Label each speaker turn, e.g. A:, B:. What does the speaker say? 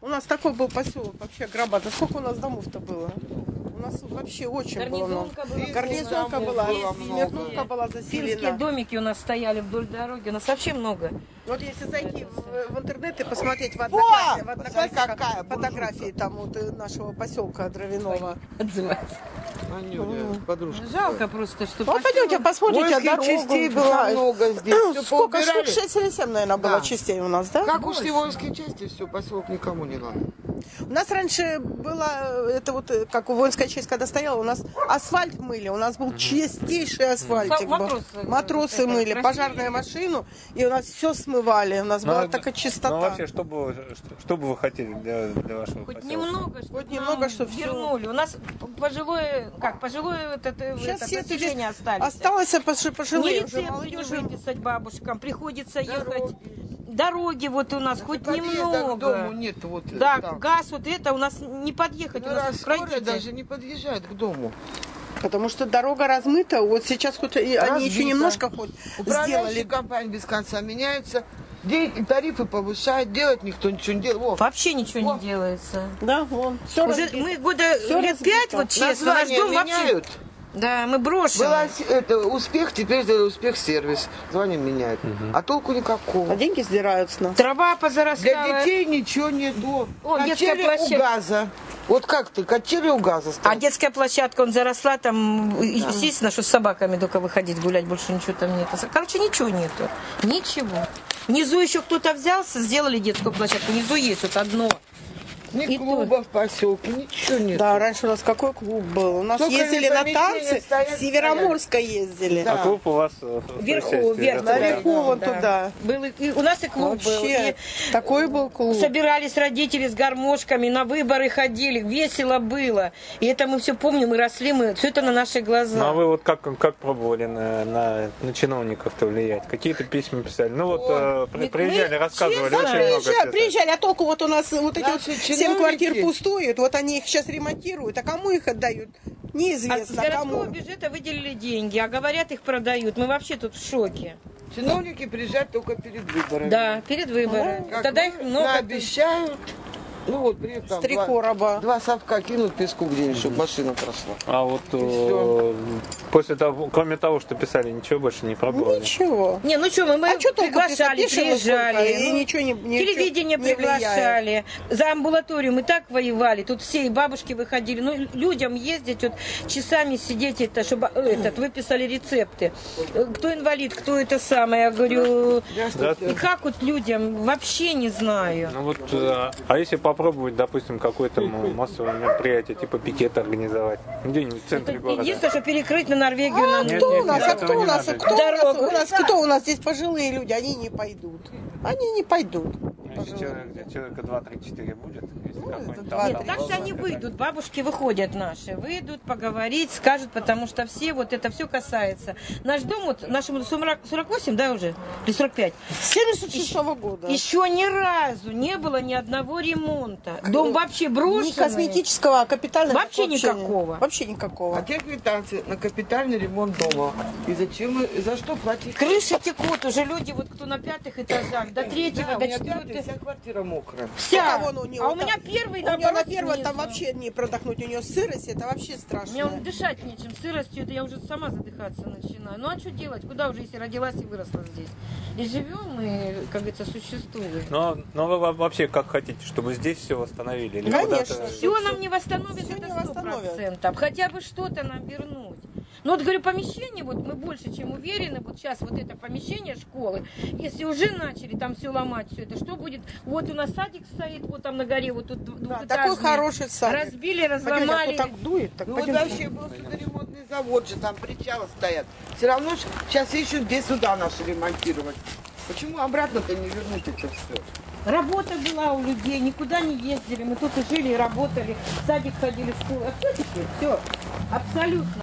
A: У нас такой был поселок вообще Грабата. Сколько у нас домов-то было? У нас вообще очень было много.
B: ну, Гарнизонка была.
A: Гарнизонка
B: Там
A: была,
B: было
A: Смирновка
B: много.
A: была
B: Сельские
A: заселена.
B: домики у нас стояли вдоль дороги. У нас вообще много.
A: Вот если зайти в, в интернет и посмотреть в
C: Во!
A: одноклассниках, в
C: Посмотри,
A: одноклассниках
C: какая буржуйка.
A: фотографии там вот э, нашего поселка Дровяного.
B: Отзывается.
D: А, Анюля, подружка.
B: Жалко просто, что
A: Вот пойдемте посмотрите,
C: Воинских
A: дорогу.
C: частей было
A: да.
D: много здесь.
A: Ну,
D: Всё
A: Сколько? Штук
D: поубирали.
A: 6 или 7, наверное, было
D: Да.
A: частей у нас, да?
D: Как ушли воинские части, все, поселок никому не надо.
A: У нас раньше было, это вот э, как у воинская часть, когда стояла, у нас асфальт мыли, у нас был чистейший асфальтик.
B: М.
A: был.
B: Матросы, э,
A: Матросы
B: это,
A: мыли,
B: красивые.
A: пожарную машину, и у нас все смывали, у нас
E: Ну,
A: была
E: а-
A: такая чистота.
E: Ну, вообще, что бы, вы- что, что бы вы хотели для, для вашего
B: Хоть
E: поселка?
B: немного, чтобы
A: Хоть немного,
B: нам
A: чтоб всё-
B: вернули. У нас пожилое, как, пожилое вот это,
A: Сейчас
B: это
A: все это
B: поселение остались.
A: Осталось поши-
B: Ни
A: пожилые уже,
B: рецепты не
A: молодежь.
B: выписать бабушкам. Приходится ехать.
D: Дороги.
B: Дороги вот у нас хоть
D: Подъезда к дому
B: немного.
D: нет вот э,
B: Да,
D: там.
B: газ вот это у нас не подъехать.
D: Ну,
B: у нас
D: раз скорая
B: родители.
D: даже не подъезжает к дому.
A: Потому что дорога размыта, вот сейчас хоть и они еще
D: Разбита.
A: немножко хоть
D: Управляющие
A: сделали.
D: компании без конца меняются. Деятель- тарифы повышают, делать никто ничего не делает. Во,
B: Вообще ничего
D: О.
B: не делается.
A: Да, вон, все
B: Уже мы года
A: Всё
B: лет
A: разбито.
B: пять, вот честно, наш
D: Название
B: дом вообще...
D: меняют.
B: Да, мы брошены.
D: Была с- это, успех, теперь за успех сервис. Звание меняют. А толку
A: А
D: никакого.
A: деньги сдираются на.
B: Трава
D: Для
B: позарастала.
D: детей ничего нету.
B: О, детская
D: качели
B: площадка.
D: у газа. Вот как ты, качели у газа
B: А
D: стоят?
B: детская площадка, он заросла там, и- естественно, что с собаками только выходить гулять, больше ничего там нету. Короче, ничего нету. Ничего. Внизу еще кто-то взялся, сделали детскую площадку. Внизу есть вот одно.
D: Ни
B: и
D: клуба в поселке, ничего нет.
A: Да, раньше у нас какой клуб был? У нас
D: Только
A: ездили на
D: летомещения
A: танцы,
D: стоят,
A: с Североморска ездили.
E: А клуб у вас э, в той
B: Вверху,
E: части,
B: вверх.
E: да?
A: Наверху вон туда.
B: Был, и- и у нас и клуб был.
A: Вообще,
B: и
A: такой был клуб.
B: собирались родители с гармошками, на выборы ходили, весело было. И это мы все помним, мы росли, мы все это на наши глаза.
E: Ну а вы вот как, как пробовали на, на, на чиновников-то влиять? Какие-то письма писали? Ну вот э, при-
B: мы-
E: приезжали, рассказывали
A: Да,
E: очень много.
A: приезжай,
E: писали.
A: приезжали, а толку вот у нас вот эти вот
D: Наши
A: семь
D: чиновники.
A: квартир пустуют, вот они их сейчас ремонтируют, а кому их отдают?
B: А с
A: Неизвестно,
B: городского
A: кому.
B: бюджета выделили деньги, а говорят, их продают. Мы вообще тут в шоке.
D: Чиновники приезжают только перед выборами.
B: Да, перед
A: Ну,
B: выборами.
D: Как
B: Тогда
D: бы
B: их много.
D: обещают. Ну вот, привет, там
A: С три
D: два-
A: короба.
D: Два совка кинут песку где-нибудь, чтобы машина прошла.
E: А вот э,
D: всё.
E: после того, кроме того, что писали, ничего больше не пробовали?
A: Ничего.
B: Не, ну что, мы, мы
A: А что толку
B: приглашали,
A: писать? Пишем,
B: приезжали.
A: и
B: ну,
A: ничего не- ничего
B: телевидение
A: не влияет.
B: приглашали. За амбулаторию мы так воевали. Тут все и бабушки выходили. Ну, людям ездить, вот часами сидеть, это, чтобы э, этот, выписали рецепты. Э, Кто инвалид, кто это самое, я говорю.
E: Здравствуйте.
B: И как вот людям, вообще не знаю.
E: Ну вот, э, а если попробовать, допустим, какое-то м- массовое мероприятие, типа пикет организовать, где-нибудь в центре города?
B: Единственное, что перекрыть на Норвегию
A: А
B: нам
E: Нет,
A: кто
E: нет,
A: у нас,
E: нет,
A: а кто
E: этого
A: у
E: не
A: нас, а
E: надо.
A: кто у нас,
B: Дорогу.
A: у нас, кто у нас здесь пожилые люди, они не пойдут. Они не пойдут. Ну,
E: Если человек- человека 2-3-4 будет, если какой-нибудь
A: два,
E: там...
A: три.
B: Нет, так что они выйдут, бабушки выходят наши, выйдут поговорить, скажут, потому что все вот это все касается. Наш дом, вот нашему 40 48, да, уже, или 45,
A: С 76 года.
B: еще ни разу не было ни одного ремонта. Дом вообще брошенный.
A: Ни косметического, а капитального
B: Вообще
A: улучшения.
B: никакого.
A: Вообще
D: А
A: никакого.
D: те квитанции на капитальный ремонт дома. И зачем, мы- и за что платить?
B: Крыши текут уже люди, вот кто на пятых этажах, до третьего,
D: Да, у
B: до
D: меня пятый,
B: четвертого.
D: вся квартира мокрая.
B: Вся.
A: Только вон у него
B: а у
A: там-
B: меня первый,
A: У нее
B: наоборот,
A: на первом там
B: снизу.
A: вообще не продохнуть, у нее сырость, это вообще страшно.
B: Мне уже дышать нечем, сыростью, это я уже сама задыхаться начинаю. Ну а что делать? Куда уже, если родилась и выросла здесь? И живем, и, как говорится, существуем.
E: Но, но Ну, а, вы во- вообще как хотите, чтобы здесь все восстановили? Или
A: Конечно.
E: куда-то-
B: Все нам не восстановит
A: Всё
B: это
A: не
B: 100%.
A: восстановят.
B: Хотя бы что-то нам вернуть. Ну вот говорю, помещение, вот мы больше чем уверены, вот сейчас вот это помещение школы, если уже начали там все ломать, все это, что будет? Вот у нас садик стоит, вот там на горе, вот тут дву-
A: Да,
B: двухэтажный.
A: такой хороший сад. Пойдёмте,
B: Разбили,
A: а
B: разломали.
A: то так дует, так
D: Ну вот
A: пойдёмте.
D: вообще был судоремонтный завод же, там причалы стоят. Все равно сейчас ищут, где суда наши ремонтировать. Почему обратно-то не вернуть это все?
B: Работа была у людей, никуда не ездили. Мы тут и жили, и работали. В садик ходили, в школу. А все теперь? Все. Абсолютно.